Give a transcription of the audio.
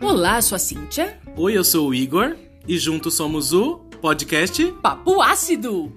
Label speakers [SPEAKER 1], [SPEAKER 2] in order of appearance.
[SPEAKER 1] Olá, sou a Cíntia.
[SPEAKER 2] Oi, eu sou o Igor e juntos somos o podcast
[SPEAKER 1] Papo ácido.